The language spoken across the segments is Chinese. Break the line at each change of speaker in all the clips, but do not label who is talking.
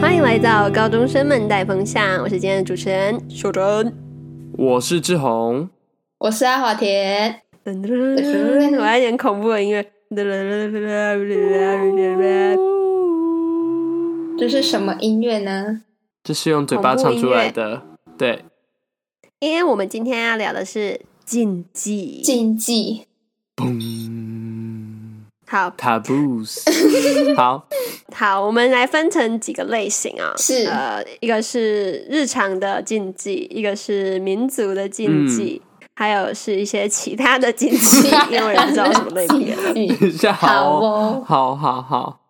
欢迎来到高中生们带风向，我是今天的主持人秀珍。
我是志宏，
我是阿华田，
噔噔噔噔我来点恐怖的音乐。噔噔噔噔噔噔噔噔
这是什么音乐呢？
这是用嘴巴唱出来的。对，
因为我们今天要聊的是禁忌。
禁忌
嘣
好
，taboos。好，
好，我们来分成几个类型啊、
是
呃，一个是日常的禁忌，一个是民族的禁忌，还有是一些其他的禁忌，因为我也不知道什么类别。
禁忌
等一下，
好
好，
哦，
好好好。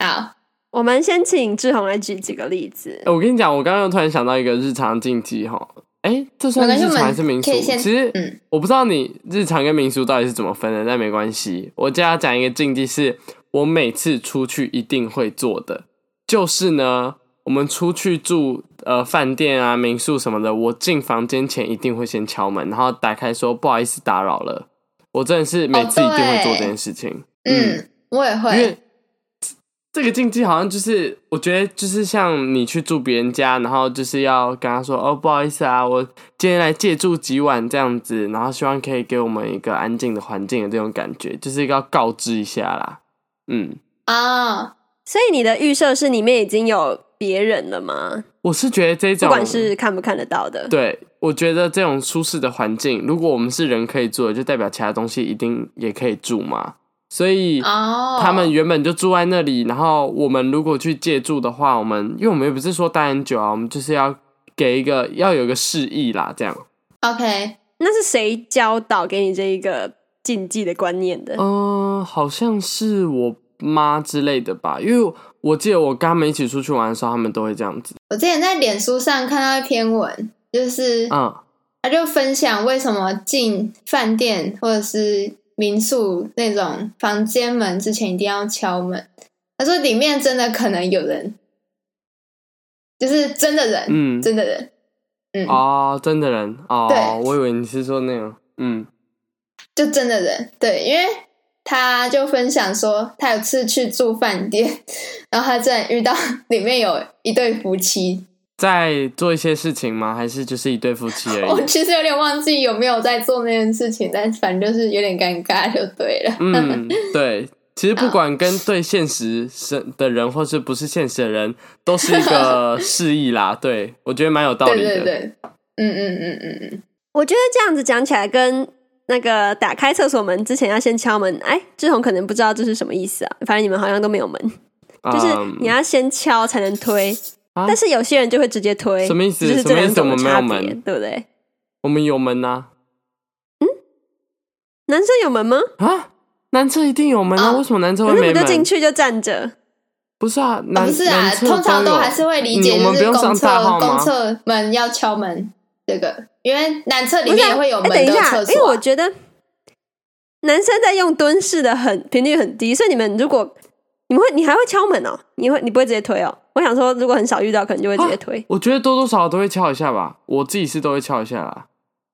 好，
我们先请志宏来举几个例子。
哎我跟你讲，我刚刚又突然想到一个日常禁忌哈。哎，这算是日常还是民俗？
没
其
关系我们可以先
实
嗯
我不知道你日常跟民俗到底是怎么分的，但没关系。我就要讲一个禁忌是，我每次出去一定会做的，就是呢，我们出去住呃饭店啊、民宿什么的，我进房间前一定会先敲门，然后打开说不好意思打扰了。我真的是每次一定会做这件事情。
哦嗯，我也
因为
会，
这个禁忌好像就是，我觉得就是像你去住别人家，然后就是要跟他说哦，不好意思啊，我今天来借住几晚这样子，然后希望可以给我们一个安静的环境的这种感觉，就是要告知一下啦。嗯，
啊，
所以你的预设是里面已经有别人了吗？
我是觉得这
不
种，
管是看不看得到的，
对，我觉得这种舒适的环境，如果我们是人可以住的，就代表其他东西一定也可以住嘛。所以
哦，
他们原本就住在那里，然后我们如果去借住的话，我们因为我们又不是说待很久啊，我们就是要给一个要有一个示意啦，这样。
OK，
那是谁教导给你这一个禁忌的观念的？
嗯、好像是我妈之类的吧，因为我记得我跟他们一起出去玩的时候，他们都会这样子。
我之前在脸书上看到一篇文，就是
嗯，
他就分享为什么进饭店或者是民宿那种房间门之前一定要敲门。他说里面真的可能有人，就是真的人，
嗯
真的人，嗯，
哦，真的人哦，
对
我以为你是说那种，嗯
就真的人，对，因为他就分享说，他有次去住饭店，然后他真的遇到里面有一对夫妻，
在做一些事情吗？还是就是一对夫妻而
我
已？
其实有点忘记有没有在做那件事情，但反正就是有点尴尬就对了。
嗯，对。其
嗯
实不管跟对现实生的人，或是不是现实的人，都是一 个示意啦。对，我觉得蛮有道
对
理的。
对对，嗯嗯嗯嗯嗯，
我觉得这样子讲起来跟。那个打开厕所门之前要先敲门，哎，志宏可能不知道这是什么意思啊，反正你们好像都没有门，就是
嗯
你要先敲才能推，
啊
但是有些人就会直接推，
什么意思
就是这两种的
什么意思
差
我们没有
别，
门
对不对？
我们有门啊呐
男生有门吗？
啊男厕一定有门啊，
啊
为什么男厕
男
会
生
没
不就
门？
进去就站着？
不是啊，男、
哦、不是啊，
男厕
通常
都
都
有
还是会理解，
嗯我
就
们不
是
用
公
上大
厕
号
公
吗？
厕门要敲门这个，因为男厕里
不是
面
啊
也会有
哎
门
等一
的
下，
厕
因为
所
我
啊、
觉得男生在用蹲式的很频率很低，所以你们如果你们会你还会敲门哦，你会你不会直接推哦？我想说，如果很少遇到，可能就
哦
会直接推。
我觉得多多少少都会敲一下吧，我自己是都会敲一下啦。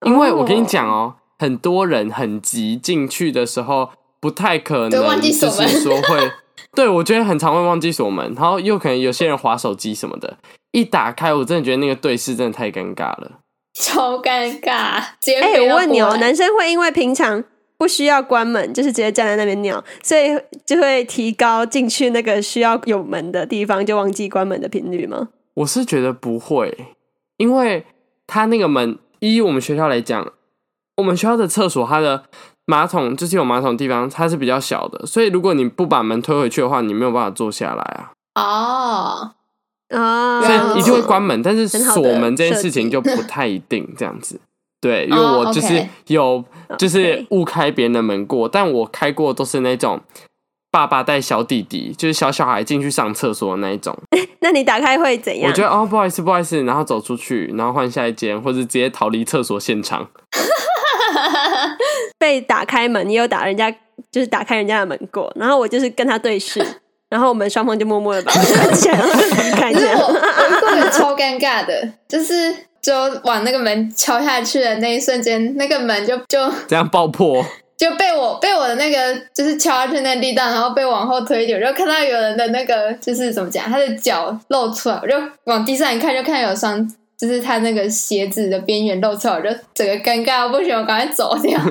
因为我跟你讲哦，很多人很急进去的时候，不太可
对
能
忘记
就
锁门
是说会，对我觉得很常会忘记锁门，然后又可能有些人划手机什么的，一打开我真的觉得那个对视真的太尴尬了。
超尴尬。直接
哎、
飞到
我问你
过
哦，
来
男生会因为平常不需要关门，就是直接站在那边尿，所以就会提高进去那个需要有门的地方就忘记关门的频率吗？
我是觉得不会，因为他那个门，依我们学校来讲，我们学校的厕所它的马桶就是有马桶的地方，它是比较小的，所以如果你不把门推回去的话，你没有办法坐下来啊。
哦，
啊、
所以一定会关门，但是
很好的
锁门这件事情
设
就不太一定这样子。对，因为
哦
我就是
，OK
有就是
哦 OK
误开别人的门过，但我开过都是那种爸爸带小弟弟，就是小小孩进去上厕所的那一种。
那你打开会怎样？
我觉得哦，不好意思，不好意思，然后走出去，然后换下一间，或者直接逃离厕所现场。
被打开门，也有打人家，就是打开人家的门过，然后我就是跟他对 视，然后我们双方就默默的把门 关起来，然后就不看
可是
见
哎我我遇过 一个超尴尬的，就是就往那个门敲下去的那一瞬间，那个门就就
这样爆破，
就被我被我的那个就是敲下去那个力道，然后被往后推一点，就看到有人的那个就是怎么讲，他的脚露出来，我就往地上一看，就看到有双，就是他那个鞋子的边缘露出来，我就整个尴尬到不行，我赶快走掉。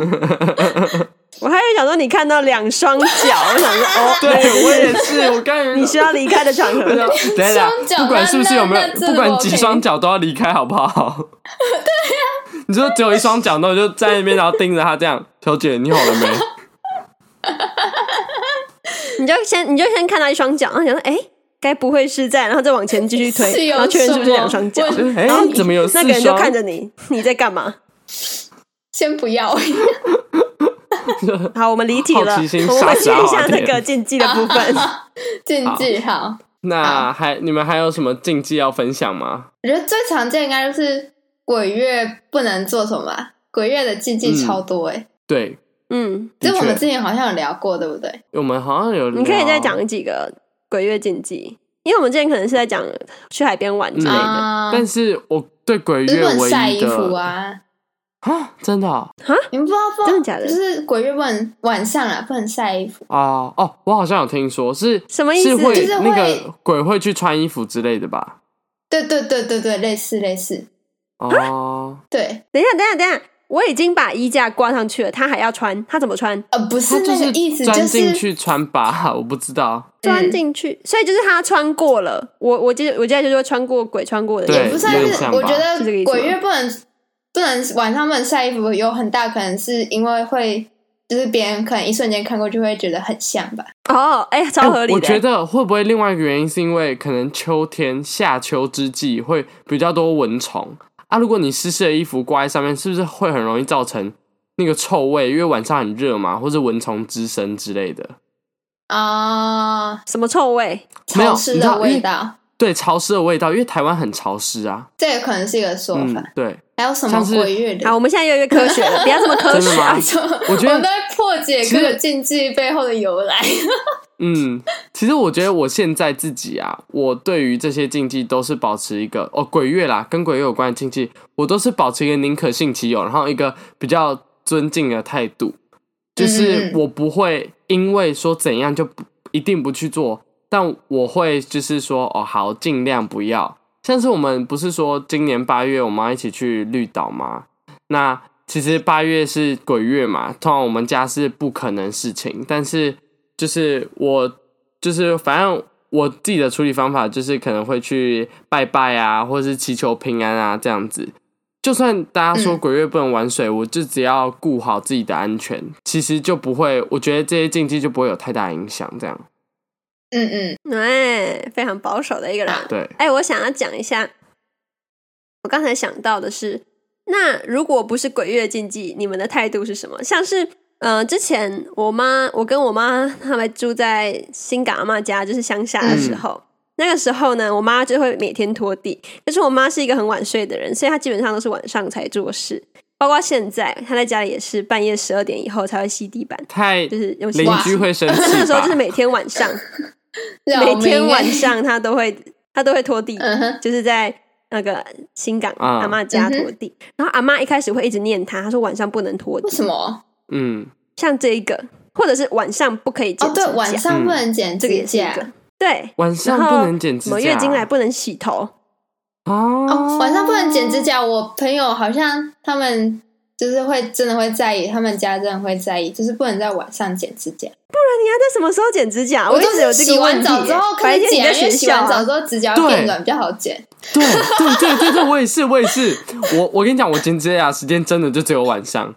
我还以为想说你看到两双脚，我 想说哦，
对我也是，我刚才
你需要离开的场合
我， 想啊等一下
双脚
不管是不是有没
那那
有，
真的
不管几
OK
双脚都要离开，好不好？对
啊
呀、你说只有一双脚，那我就在那边，然后盯着他这样，小姐你好了 没？
你就先你就先看到一双脚，然后想说哎，该不会是在，然后再往前继续
是
推，
有
然后确认是不是
什么
两双脚
我，
哎、
然后
怎么有
那
四双？
个人就看着你，你在干嘛？
先不要，
好，我们离题
好
了，
奇心啊
我们
杀
回去
杀
一
好
下那
点
个竞技的部 分。
禁忌好。
那还你们还有什么禁忌要分享吗？
我觉得最常见应该就是鬼月不能做什么吧，鬼月的禁忌超多哎、欸，
对，
嗯，
嗯的
这我们
确
之前好像有聊过，对不对？
我们好像有，
你可以再讲，几个鬼月禁忌，因为我们之前可能是在讲去海边玩之类
嗯
的。
啊，
但是我对鬼
就是
月
不能
唯
晒
一
衣服
的
啊，
啊，真的哦
你们不知道不知道
真的假的
就是鬼月不能晚上啊，不能晒衣服，
啊哦，我好像有听说是
什么意思
是会
就是会
那个鬼会去穿衣服之类的吧？
对对对对对，类似类似，
哦，
对，
等一下，等一下，等一下，我已经把衣架挂上去了，他还要穿，他怎么穿？
呃，不
他
是
哦就
那个意
是
思，
钻
就
进
是
去穿吧， 我不知道。
钻进去，所以就是他穿过了。我我记得我记得就是说穿过鬼穿过的衣服，
对
也不
有
算
点
是
像，吧
我觉得
是这个意思吗
鬼月不能不能晚上不能晒衣服，有很大可能是因为会。就是别人可能一瞬间看过去会觉得很像吧，
哦，哎、超合理的、
我觉得会不会另外一个原因是因为可能秋天夏秋之际会比较多蚊虫啊？如果你湿湿的衣服挂在上面，是不是会很容易造成那个臭味？因为晚上很热嘛，或者蚊虫滋生之类的。
啊、
什么臭味？
没有
潮湿
你知道
的
因为
味道，
对潮湿的味道，因为台湾很潮湿啊。
这也可能是一个说
啊
嗯
法。，
对，
还有什么
像是
鬼月的？
好，我们现在越来越科学 了，不要这么科
真
学
的吗
啊！？
我觉得
我们在破解各个禁忌背后的由来。
嗯，其实我觉得我现在自己啊，我对于这些禁忌都是保持一个哦鬼月啦，跟鬼月有关的禁忌，我都是保持一个宁可信其有，然后一个比较尊敬的态度，就是
嗯嗯
我不会因为说怎样就不一定不去做，但我会就是说哦好，尽量不要。像是我们不是说今年八月我们要一起去绿岛吗？那其实八月是鬼月嘛，通常我们家是不可能事情，但是就是我就是反正我自己的处理方法就是可能会去拜拜啊，或者是祈求平安啊这样子。就算大家说
嗯
鬼月不能玩水，我就只要顾好自己的安全，其实就不会，我觉得这些禁忌就不会有太大影响。这样
嗯嗯，
哎，非常保守的一个人。
对，
哎、我想要讲一下，我刚才想到的是，那如果不是鬼月禁忌，你们的态度是什么？像是，呃，之前我妈，我跟我妈他们住在新港阿妈家，就是乡下的
嗯
时候。那个时候呢，我妈就会每天拖地。但是我妈是一个很晚睡的人，所以她基本上都是晚上才做事，包括现在她在家里也是半夜十二点以后才会吸地板，
太
就是用吸
邻居会生气吧。
那个时候就是每天晚上，
扰
每
民
天晚
欸，
上她都会她都会拖地，
嗯哼，
就是在那个新港
啊
阿妈家拖地，然后阿妈一开始会一直念她，她说晚上不能拖
为
地，
什么？
嗯，
像这一个，或者是晚上不可以剪
哦，
指
对
甲，，嗯
晚上不能剪
这个也
指
是一
甲。
个，对，
晚上
然
不
后
能剪指
什
甲，啊
么月经来不能洗头，
哦
哦，晚上不能剪指甲。我朋友好像他们就是会真的会在意，他们家真的会在意，就是不能在晚上剪指甲。
那在什么时候剪指甲？啊我一
就
直有
是
这
洗
个问
完
题
澡之
耶
后，开
白
始
天你
剪
在
啊，因
学
为洗
校
完澡
啊
之后指甲会变
对
软，比较好剪。
对对对对对，我也是，我也是。我我跟你讲，我剪指甲时间真的就只有晚上。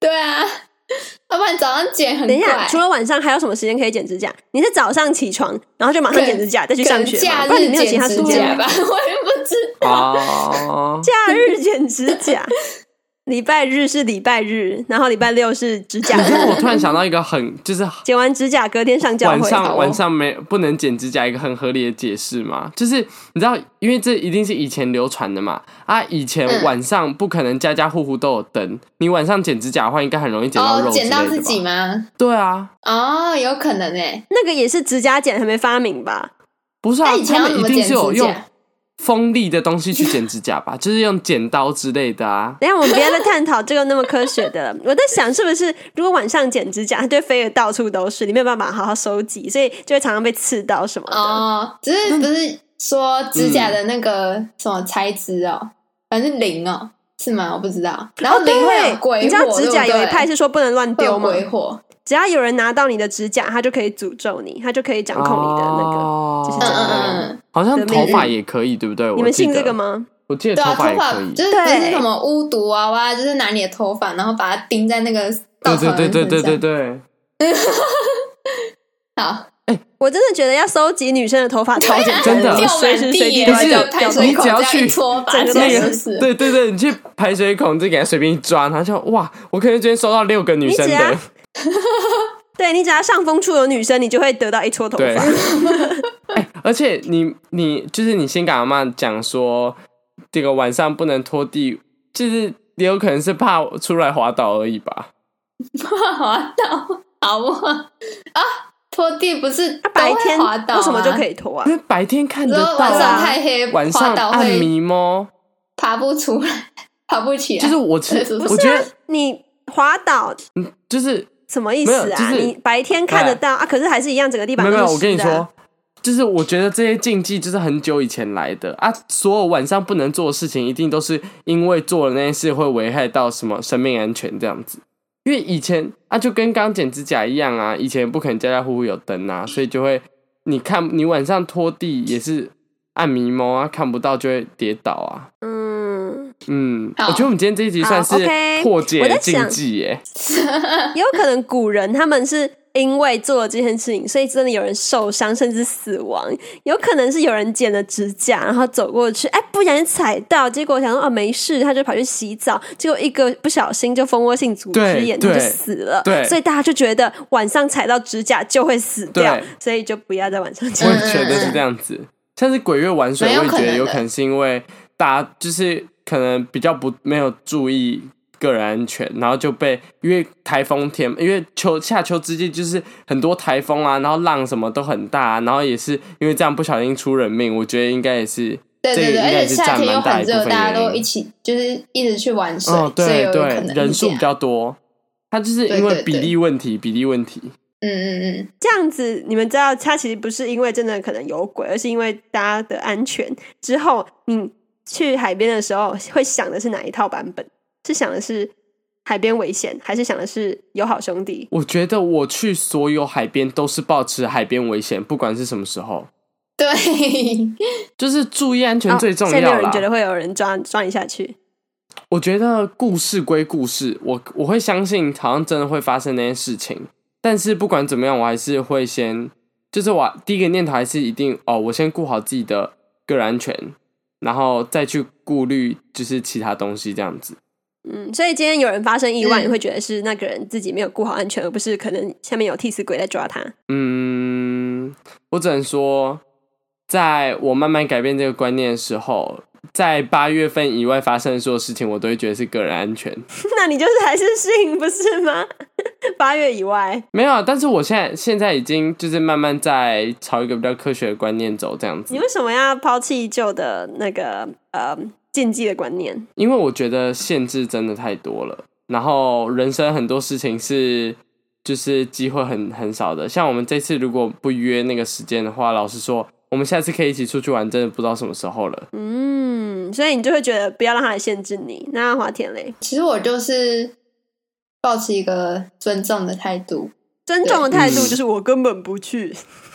对啊， 要不然早上剪很
等
怪
一。下，除了晚上还有什么时间可以剪指甲？你是早上起床，然后就马上剪指甲，再去上学
可
吗，不
能假
然
日
你没有其
剪
他
指
时
甲
间啊
吧？。 我也不知道。
哦，
假日剪指 甲，礼拜日是礼拜日，然后礼拜六是指甲
你知道我
日。
突然想到一个很就是
剪完指甲，隔天上教会。
晚
好
上
哦
晚上没不能剪指甲一个很合理的解释嘛，就是你知道，因为这一定是以前流传的嘛啊，以前
嗯
晚上不可能家家户户都有灯，你晚上剪指甲的话，应该很容易剪到
哦
肉，之类
剪
的吧
到自己吗？
对啊，
哦，有可能诶、
那个也是指甲剪还没发明吧？
不是啊
那以，前
他
要
们
怎
一
么
定
剪
是有
指
用
甲？
锋利的东西去剪指甲吧，就是用剪刀之类的啊。
等一下我们不要再探讨这个那么科学的 了。我在想，是不是如果晚上剪指甲，它就会飞得到处都是，你没有办法好好收集，所以就会常常被刺到什么的。
哦，只是
嗯
不是说指甲
嗯
的那个什么材质哦，反正零哦，是吗？我不知道。然后
哦
零会有
对，
鬼火，
你知道指甲有一派是说不能乱
对
丢
不
吗
对会？有鬼火，
哦
只要有人拿到你的指甲，他就可以诅咒你，他就可以掌控你的那个。
哦
就是
嗯
这
嗯
样
嗯嗯。
好像
的
头
命
发
运
也可以，对不对？
你
我
们
记
信这
得
个？吗？
我记得
对啊，
头
头
发也
发
可以。
就是不
对
是什么巫毒娃娃，就是拿你的头发，然后把它钉在那个
对
稻草人
对对对对对
身上。
对，
好，
我真的觉得要收集女生的头发超 简单，
真的
你
掉
随时
满
随
地
地
耶，
都
不
在
是
掉
就
掉
排
头
水
你
发。
口
只要
这样一
去
搓，把
整
它
个
弄
那
湿
个
湿。
对对对，你去排水孔就给它随便一抓，然后就哇，我可能今天收到六个女
你啊
生
只要
的，
对你只要上风处有女生，你就会得到一撮头
对
发。。
哎而且你你就是你先跟阿妈讲说，这个晚上不能拖地，就是也有可能是怕出来滑倒而已吧。
滑倒，好不好啊？拖地不是
啊白天
都会滑倒吗
为什么就可？以脱啊
因？为白天看
你
得
说
到、
晚上
啊，
太黑，
晚
滑
上
倒
暗
会
迷吗？
爬不出来， 爬不起来。
就是我其
哎
不是
我觉得
你滑倒
就是
什么意思
没有
啊？
就是
你白天看得到啊，可是还是一样，整个地板
没
都
有没
是
有，我跟你
湿的啊
说，，就是我觉得这些禁忌就是很久以前来的啊，所有晚上不能做的事情，一定都是因为做了那些事会危害到什么生命安全这样子。因为以前啊，就跟刚剪指甲一样啊，以前不可能家家户户有灯啊，所以就会你看你晚上拖地也是按迷蒙啊，看不到就会跌倒啊。
嗯，
嗯，
好
我觉得我们今天这一集
好
算是
OK，
破
我
解
在
禁
想
忌耶、
也有可能古人他们是。因为做了这件事情，所以真的有人受伤甚至死亡，有可能是有人剪了指甲，然后走过去，哎，不小心踩到，结果想说啊没事，他就跑去洗澡，结果一个不小心就蜂窝性组织
对
炎，他就
对
死了。
对
所以大家就觉得晚上踩到指甲就会死掉
对，
所以就不要在晚
嗯
上
我
剪
也。觉得是这样子。像是鬼月玩水，
蛮
我
有
也
可
觉
能的
得有可能是因为大家就是可能比较不没有注意个人安全，然后就被因为台风天，因为秋夏秋之际就是很多台风啊，然后浪什么都很大、啊，然后也是因为这样不小心出人命，我觉得应该也是
对对
这
对，
个
而
应该
且
也是
夏
占
天又
蛮大
很
一部
热，
分
大家
原
都
因
一起就是一直去玩水，
哦，
所以
对
有可能
对，人数
这
比
样
较多，它就是因
对
为
对对
比例问题，比例问题。
嗯嗯嗯，
这样子，你们知道，它其实不是因为真的可能有鬼，而是因为大家的安全。之后你去海边的时候，会想的是哪一套版本？是想的是海边危险，还是想的是友好兄弟？
我觉得我去所有海边都是保持海边危险，不管是什么时候。
对，
就是注意安全嗯最重
哦所以没
要
有
啦。
人觉得会有人抓抓你下去。
我觉得故事归故事，我我会相信好像真的会发生那些事情，但是不管怎么样，我还是会先，就是我第一个念头还是一定哦，我先顾好自己的个人安全，然后再去顾虑就是其他东西这样子。
嗯，所以今天有人发生意外，
嗯
你会觉得是那个人自己没有顾好安全，而不是可能下面有替死鬼在抓他。
嗯，我只能说，在我慢慢改变这个观念的时候，在八月份以外发生的所有事情，我都会觉得是个人安全。
那你就是还是信不是吗？ 八月以外，
没有，啊但是我现在现在已经就是慢慢在朝一个比较科学的观念走，这样子
你。为什么要抛弃旧的那个呃禁忌的观念？
因为我觉得限制真的太多了，然后人生很多事情是就是机会很很少的。像我们这次如果不约那个时间的话，老实说，我们下次可以一起出去玩，真的不知道什么时候了。
嗯，所以你就会觉得不要让他来限制你。那华田嘞，
其实我就是保持一个尊重的态度，
尊重的态度
嗯
就是我根本不去，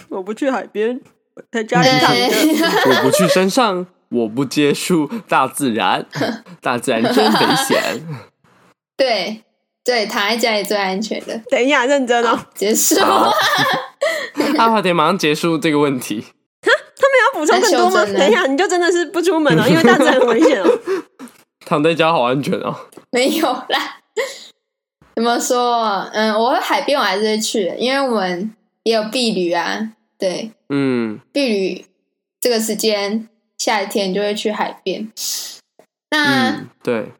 我不去海边，我在
嗯
家
嗯
里躺着。
对
我不去山上，我不接触大自 然，大自然真危险。
对对，躺在家里最安全的，
等一下，认真哦，
结束。
好，阿华田马上结束这个问题。
要补充更多吗？
那修正呢
等一下，你就真的是不出门哦，因为大自然很危险 哦。
躺在家好安全哦。
没有啦。 怎么说？嗯，我会海边我还是会去，因为我们也有避旅啊。对，
嗯，
避旅这个时间，夏天就会去海边。那、
嗯，对，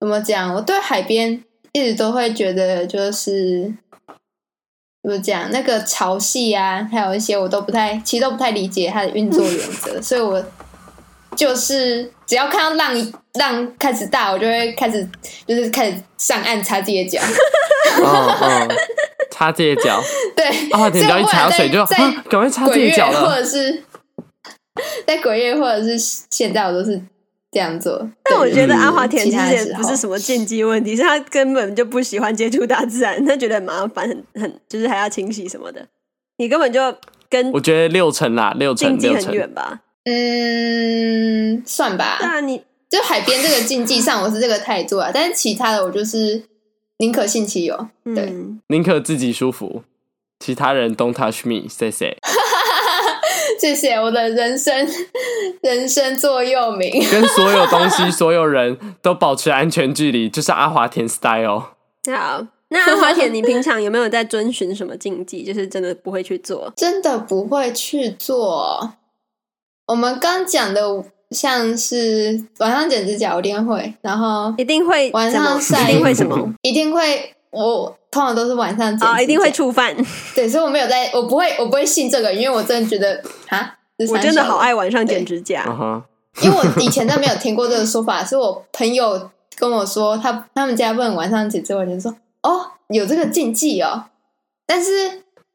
怎么讲？我对海边一直都会觉得就是。怎么讲？那个潮汐啊，还有一些我都不太，其实都不太理解它的运作原则，所以我 就是只要看到浪浪开始大，我就会开始就是开始上岸擦自己的脚。
嗯嗯，擦自己的脚
对，
啊，
所
你
以
只要一
我后
踩
来
到水就啊，
在
赶快擦自
鬼
己的
月
脚
或
了。
者是在鬼月或者是现在，我都是这样做。
但我觉得
嗯
阿华田
其
其
他
实
的
也
时
不是
候
什么禁忌问题，是他根本就不喜欢接触大自然，他觉得很麻烦，很很就是还要清洗什么的，你根本就跟
我觉得六成啦，六成
禁忌
六
很
成。
远吧？
嗯，算吧。
那你
就海边这个竞技上，我是这个态度啊，但是其他的我就是宁可信其有。 对
嗯，
宁可自己舒服，其他人 don't touch me，谢谢。
谢谢我的人生，人生座右铭。
跟所有东 西、所有人都保持安全距离，就是阿华田 style。
好。那 阿华田，你平常有没有在遵循什么禁忌？ 就是真的不会去做？
真的不会去做。我们刚讲的像是晚上剪指甲，我一定会，然后
一定会
晚
什么
上？晒
一定会什么？
一定会，我通常都是晚上剪指甲，
啊、一定会触犯。
对，所以我没有在，我不会，我不会信这个，因为我真的觉得啊，这是
我真的好爱晚上
对
剪指甲。
嗯哼，
因为我以前都没有听过这个说法，是我朋友跟我说，他他们家问晚上几只，我就说哦，有这个禁忌哦。但是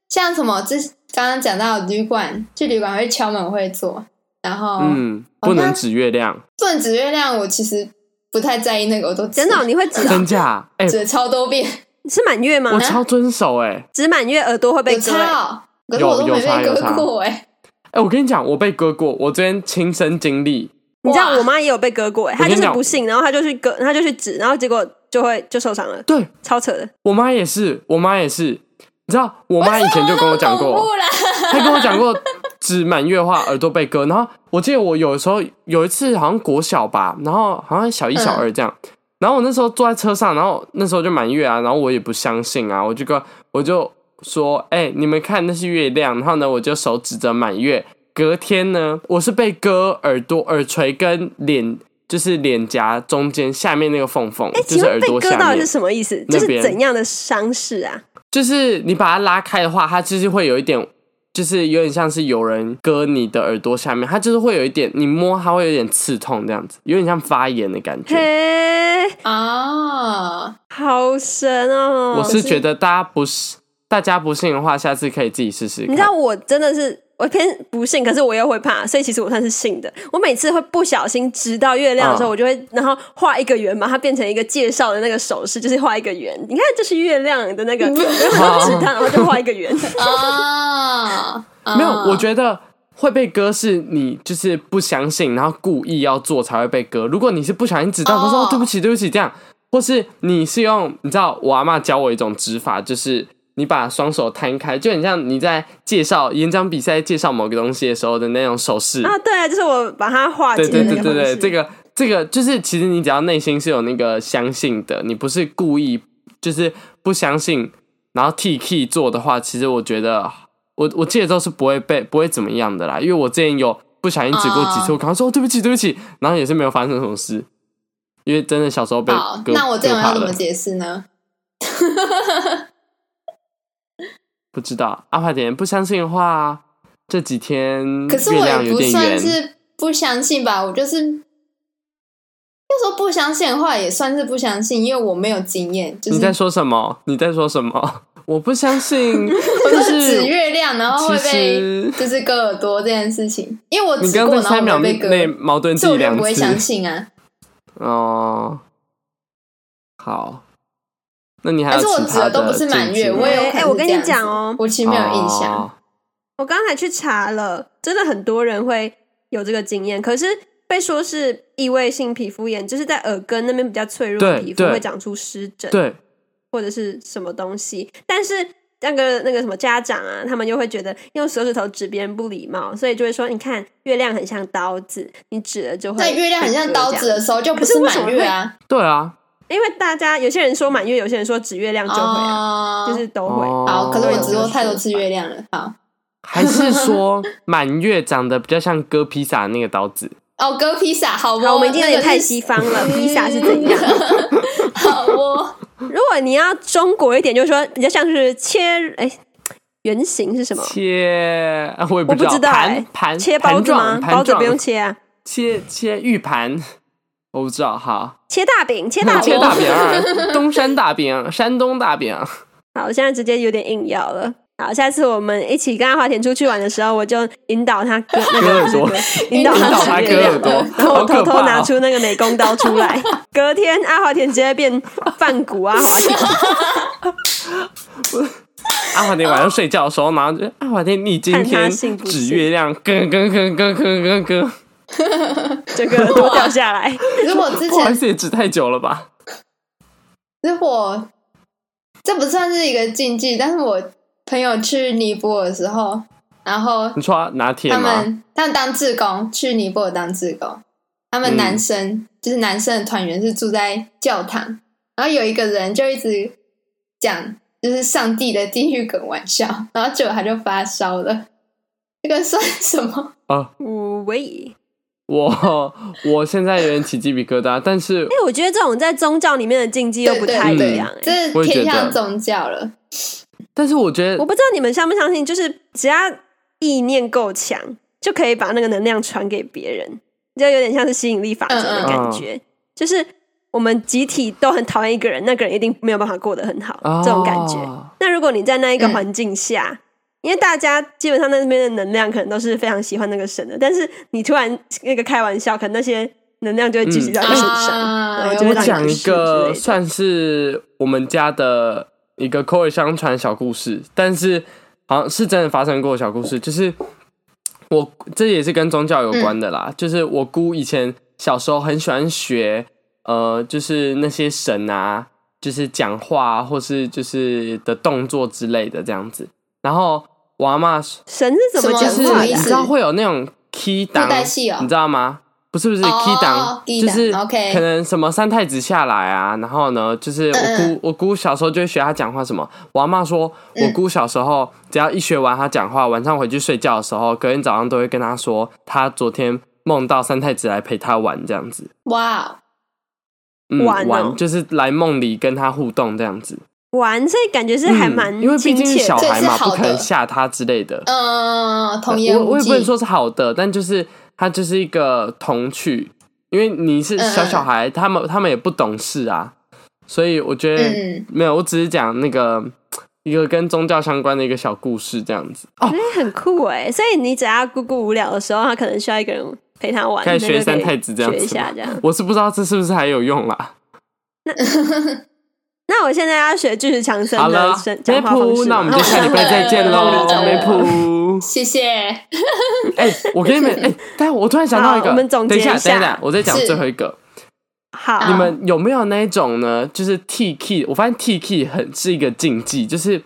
像什么之刚刚讲到旅馆，去旅馆会敲门我会做，然后、
嗯，
好
不能
像
指月 亮，
不能指月亮，我其实不太在意那个，我都指
真的哦、你会指哦、
真假？哎、
指了超多遍，
是满月吗
我？超遵守哎、
指满月耳朵会被
有
割、欸
差哦，可是我都
有
没
有差
被
有差
割过哎、
哎、我跟你讲，我被割过，我昨天亲身经历，
你知道
哇
我妈也有被割过、欸，她
跟
就
你
是
讲
不信，然后她就去割，她就去指，然后结果就会就受伤了，
对
超扯的。
我妈也是，我妈也是，你知道，我妈以前就跟我讲
恐怖
过，
啦，
她跟我讲过指满月的话耳朵被割，然后我记得我有时候有一次好像国小吧，然后好像小一小
嗯
二这样。然后我那时候坐在车上，然后那时候就满月啊，然后我也不相信啊，我就跟我就说，哎、你们看那是月亮，然后呢，我就手指着满月。隔天呢，我是被割耳朵、耳垂跟脸，就是脸颊中间下面那个缝缝，
哎、
就
请
是耳
问被
朵
割到
下
底
面
是。什么意思？
那
就是
边
怎样的伤势啊？
就是你把它拉开的话，它就是会有一点，就是有点像是有人割你的耳朵下面，它就是会有一点，你摸它会有点刺痛，这样子，有点像发炎的感觉。
嘿，
啊，
好神哦！
我是觉得大家不是大家不信的话，下次可以自己试试看。
你知道我真的是我偏不信，可是我又会怕，所以其实我算是信的。我每次会不小心指到月亮的时候，
嗯
我就会然后画一个圆，把它变成一个介绍的那个手势，就是画一个圆。你看这是月亮的那 个，我就指 它，然后就画一个圆。
啊，啊
没有？我觉得会被割是你就是不相信，然后故意要做才会被割。如果你是不小心指到，他说、
哦
哦对不起对不起这样，或是你是用你知道我阿嬷教我一种指法，就是你把双手摊开，就很像你在介绍演讲比赛介绍某个东西的时候的那种手势。
啊，对啊，就是我把它画
对
结的那
对对
个
对
方
对，
式。
这个这个就是其实你只要内心是有那个相信的，你不是故意就是不相信，然后 T K 做的话，其实我觉得我我记得都是不会被不会怎么样的啦，因为我之前有不小心指过几次，我刚刚说、哦、对不起对不起，然后也是没有发生什么事，因为真的小时候 被
好，
割
那我这
割
种要
怕
怎么
了，
解释呢？
不知道阿华点不相信的话，这几天
可
嗯
是
月
我
亮
也
有
不
点
算
圆，
是不相信吧，我就是要说不相信的话，也算是不相信，因为我没有经验，就
你在
是
说什么？你在说什么？ 我不相 信，
我
就
说
是
指月亮，然后会
其
被
实
就是割耳朵这件事情，因为我
你
指
刚
过，
刚在
然后
三秒
我没
内
被割，
内矛盾自
所以
己
我就
两
不会相
次。
信啊。
哦，好，那你还有
但
其
是我指
他
的都
的
不是满
禁忌
月，
吗
我也有
哎
可能
哎我跟你
是这样
讲哦
子我其实没有印象。
哦
我刚才去查了，真的很多人会有这个经验，可是被说是异位性皮肤炎，就是在耳根那边比较脆弱的
对
皮肤
对
会长出湿疹，
对，
或者是什么东西。但是那个那个什么家长啊，他们又会觉得用手指头指别人不礼貌，所以就会说：“你看月亮很像刀子，你指了就会。”
但月亮很像刀子，的时候，就不是满月 啊，
对啊，
因为大家有些人说满月，有些人说指月亮就会、啊，
哦
就是都会。
哦
好。可是我指
只
过
有
太多次月亮了，好
还是说 满月长得比较像割披萨那个刀子？
哦，割披萨，好不？
好，我们今天
哦那
也
个
太
是
西方了，披萨是怎样？
好哦，
如果你要中国一点，就说比较像是切哎圆形是什么？
切，啊我也
我不
知
知道哎
盘盘
切包
盘
子吗
状？
包
盘
子
状
不用切啊。
切切玉盘，我不知道，好，
切大饼，
嗯
切大饼
切，大饼 儿，东山大饼，山东大饼，
好，我现在直接有点硬要了。好，下次我们一起跟阿华田出去玩的时候，我就引导他割那
割
个
耳朵，
引导
引导
他
他
吃
割
月
耳
亮，
朵，
然后
好
我偷
可
偷
怕
拿
哦
出那个美工刀出 来。隔天，阿华田直接变范谷阿华田，
阿华田晚上睡觉的时候，然后就阿华田，你今
看他
天
信不
指
信
月亮，咯咯咯咯咯咯咯，
整个耳朵掉下来。
如果之
不好意
前，
思，也指太久了吧？
如果这不算是一个禁忌，但是我朋友去尼泊尔的时候，然后
你说拿铁
他
吗？
们他们当志工去尼泊尔当志工，他们
嗯
男生、就是男生的团员是住在教堂，然后有一个人就一直讲就是上帝的地狱梗玩笑，然后结果他就发烧了，这个算什么？
五喂，
我我现在有点起鸡皮疙瘩，但是
哎，我觉得这种在宗教里面的禁忌又不太
对
一样。哎
这
我也觉
偏
得
向宗教了。
但是我觉
我
得
不知道你们相不相信，就是只要意念够强，就可以把那个能量传给别人，就有点像是吸引力法则的
嗯
感觉，就是。我们集体都很讨厌一个人，那个人一定没有办法过得很好，这种感觉。
哦
那如果你在那一个
嗯
环境下，因为大家基本上那边的能量可能都是非常喜欢那个神的，但是你突然那个开玩笑，可能那些能量就会聚集到
嗯
你身上。
啊
嗯我觉得
我
让你
讲
不
一
适之类
个
的
算是我们家的一个口耳相传小故事，但是好像是真的发生过的小故事，就是我这也是跟宗教有关的啦，就是我姑以前小时候很喜欢学，呃，就是那些神啊，就是讲话、啊、或是就是的动作之类的这样子，然后我阿妈
神是怎么
什
讲
就是
话
么
的
你
意
啊？
思
知道会有那种 key 档，
带戏哦
你知道吗？不是不是 key
哦
档，
key
就
档
是
OK
可能什么三太子下来啊，然后呢，就是我
嗯
姑我姑小时候就会学他讲话什么。我阿妈说，我姑小时候只要一学完他讲话，晚上回去睡觉的时候，隔天早上都会跟他说，他昨天梦到三太子来陪他玩这样子，
哇哦，
嗯，
玩哦
玩就是来梦里跟他互动这样子。
玩，所以感觉是还蛮
嗯因为毕
亲
竟是
切
小
的。
孩嘛，
这是
不
好的
可能吓他之类的。
呃
嗯，童言
呃我
无
我也
忌
不能说是好的，但就是它就是一个童趣，因为你是小小孩，他们他们也不懂事啊，所以我觉得、
嗯嗯
没有，我只是讲那个一个跟宗教相关的一个小故事这样子哦
哎，，很酷哎！所以你只要姑姑无聊的时候，他可能需要一个人陪他玩，
开始
那就可
学
以
三太子这样
学一
子嘛
下这样。
我是不知道这是不是还有用啦。
那我现在要学巨石强森
好
的
了
声，
梅
讲话方
普，
式
那
嘛，
我们就下礼拜再见喽，
好
梅普。
谢谢。
哎、我给你们哎、但我突然想到一个，
好我们总结
等一下，
一下
等一下，我再讲
是
最后一个。
啊
好，
你们有没有那一种呢？就是 T K，我发现 T K 很是一个禁忌，就是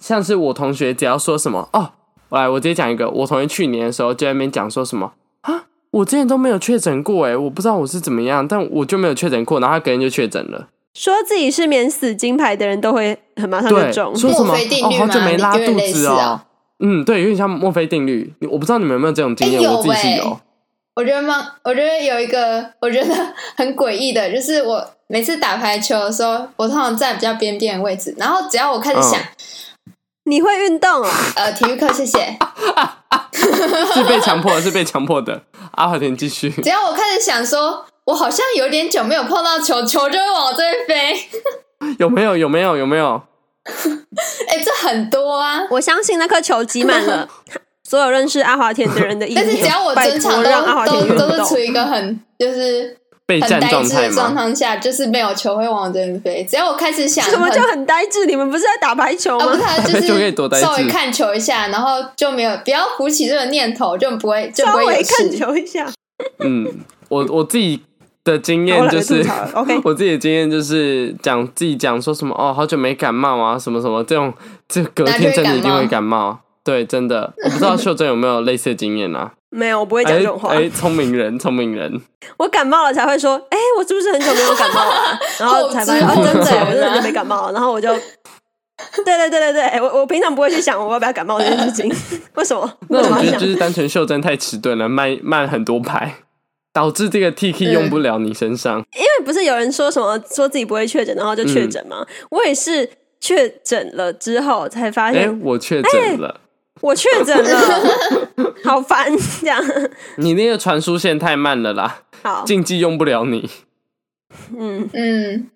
像是我同学只要说什么哦，我来我直接讲一个，我同学去年的时候就在那边讲说什么啊，我之前都没有确诊过哎诶，我不知道我是怎么样，但我就没有确诊过，然后他隔天就确诊了，
说自己是免死金牌的人都会很马上就
对，
中，
说什么
墨菲定
哦
律
好久
吗
没
你
拉
有点
肚
类
子
似
哦
啊，
嗯，对，有点像墨菲定律，你我不知道你们有没有这种经验，
哎有
我自己是
欸
有，
我觉得蛮，我觉得有一个我觉得很诡异的，就是我每次打排球的时候，我通常站比较边边的位置，然后只要我开始想，
嗯你会运动哦，
呃，体育课谢谢，
是被强迫的，是被强迫的。阿华田继续，
只要我开始想说，我好像有点久没有碰到球，球就会往我这边飞，
有没有？有没有？有没有？
哎、这很多啊。
我相信那颗球挤满 了所有认识阿华田的人的意
但
念。
是只要我
拜
整场
托让阿华
都
田运
都都是处
动，
于一个很就是
备
很
战
呆
状
滞
态
的
吗
状？况下，就是没有球会往我这边飞。只要我开始想，
什么叫很呆滞？你们不是在打排球
啊，不
吗
是？啊，就是
就可以多呆滞
稍微看球一下，然后就没有不要鼓起这个念头，就不会就不
稍
会有
微看
事。
球一下，
嗯，我我自己的经验
好我懒
就
得
是
吐槽了，OK
我自己的经验就是讲自己讲说什么哦，好久没感冒啊，什么什么这种，这隔天真的一定会感冒。啊对，真的，我不知道秀珍有没有类似的经验啊？
没有，我 不会讲
哎
这种话。
哎，聪明人，聪明 人，
我感冒了才会说，哎、我是不是很久没有感冒了、 然后才发现，哦，
后知
真的耶，
后觉
我真的很久没感冒了。然后我就，对对对对对，我我平常不会去想我要不要感冒这件事 情，为什么？
那
为什么
我
要
觉得
想
就？是单纯秀珍太迟钝了，慢慢很多拍，导致这个 T K 用不了你身上。
因为不是有人说什么说自己不会确诊，然后就
嗯
确诊吗？我也是确诊了之后才发
哎，
现，哎
我确诊了，
我确诊了， 好烦，这样
你那个传输线太慢了啦，
好，
禁忌用不了你。
嗯，
嗯，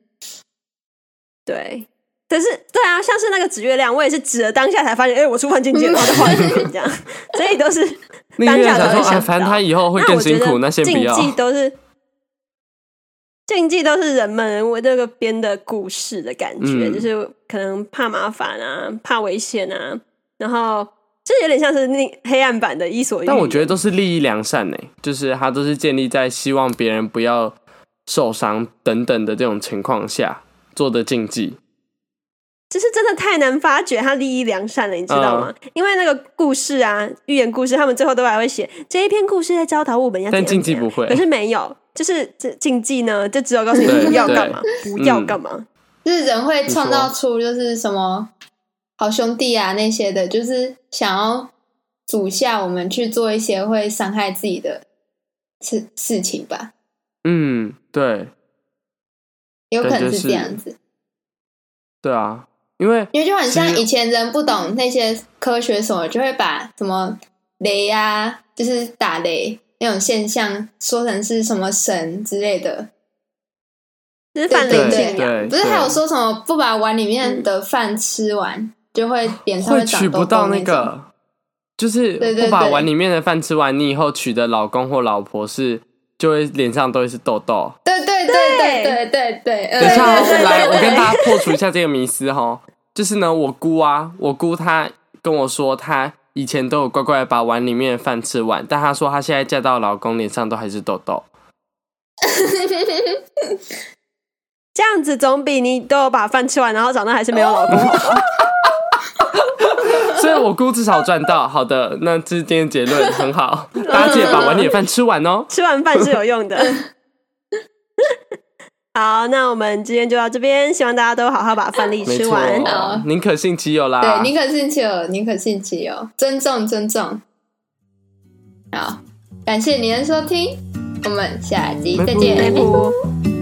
对。可是，对啊，像是那个指月亮，我也是指了当下才发现，哎、我触犯禁忌了，然后再换一遍这样，所以都是
那
当
个
下
人想
都会
说，
想
哎，
不
反正
到
他以后会
那
更
我觉
辛
得
苦，那先不要。
禁忌都是禁忌都是人们为这个编的故事的感觉，
嗯
就是可能怕麻烦啊，怕危险啊，然后这有点像是那黑暗版的《伊索寓言》。
但我觉得都是利益良善呢、欸就是他都是建立在希望别人不要受伤等等的这种情况下做的禁忌。
就是真的太难发掘他利益良善了，你知道吗？
嗯
因为那个故事啊，寓言故事，他们最后都还会写这一篇故事在教导我们要怎
但
样
禁忌
怎样
不会
可是没有，就是这禁忌呢，就只有告诉你
对
不要
对
干嘛，不要
嗯
干嘛。
就是人会创造出就是什么好兄弟啊那些的，就是想要阻吓我们去做一些会伤害自己的事事情吧，
嗯，对
有可能
对就是是
这样子，
对啊，因为
因为就很像
其实
以前人不懂那些科学什么，就会把什么雷啊，就是打雷那种现象说成是什么神之类的，
就是
对
犯
对
人
对
信仰，
对，
不是
对
还有说什么不把碗里面的饭吃完，就会脸上
会
长
娶
痘
不
痘
到那
种
个，就是
对对
不把
对
碗里面的饭吃完，你以后娶的老公或老婆是就会脸上都会是痘痘。
对对
对
对对对对，
等一下哦，
对对对
来，
对
我 跟大家破除一下这个迷思哈。就是呢，我姑啊，我姑她跟我说，她以前都有乖乖地把碗里面的饭吃完，但她说她现在嫁到老公脸上都还是痘 痘。
这样子总比你都有把饭吃完，然后长大还是没有老公好吧。
所以我姑至少赚到。好的，那这是今天结论，很好，大家记得把碗里的饭吃完哦。
吃完饭是有用的。好，那我们今天就到这边，希望大家都好好把饭粒
没
吃
错
完。
好，
宁可信其有啦
对，。宁可信其有，宁可信其有，尊重尊重。好，感谢您的收听，我们下集再见，
拜拜。